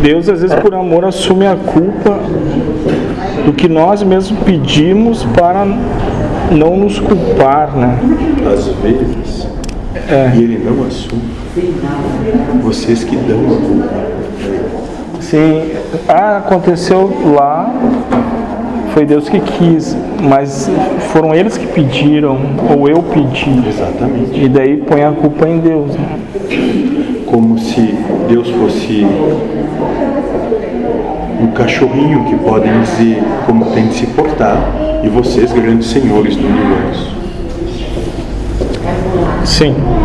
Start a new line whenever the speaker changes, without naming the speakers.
Deus, às vezes, por amor, assume a culpa do que nós mesmos pedimos para não nos culpar, né?
Às vezes,
É.
e ele não assume. Vocês que dão a culpa.
Sim, ah, aconteceu lá, foi Deus que quis, mas foram eles que pediram, ou eu pedi.
Exatamente.
E daí põe a culpa em Deus. né?
Como se Deus fosse um cachorrinho que podem dizer como tem de se portar. E vocês, grandes senhores do universo.
Sim.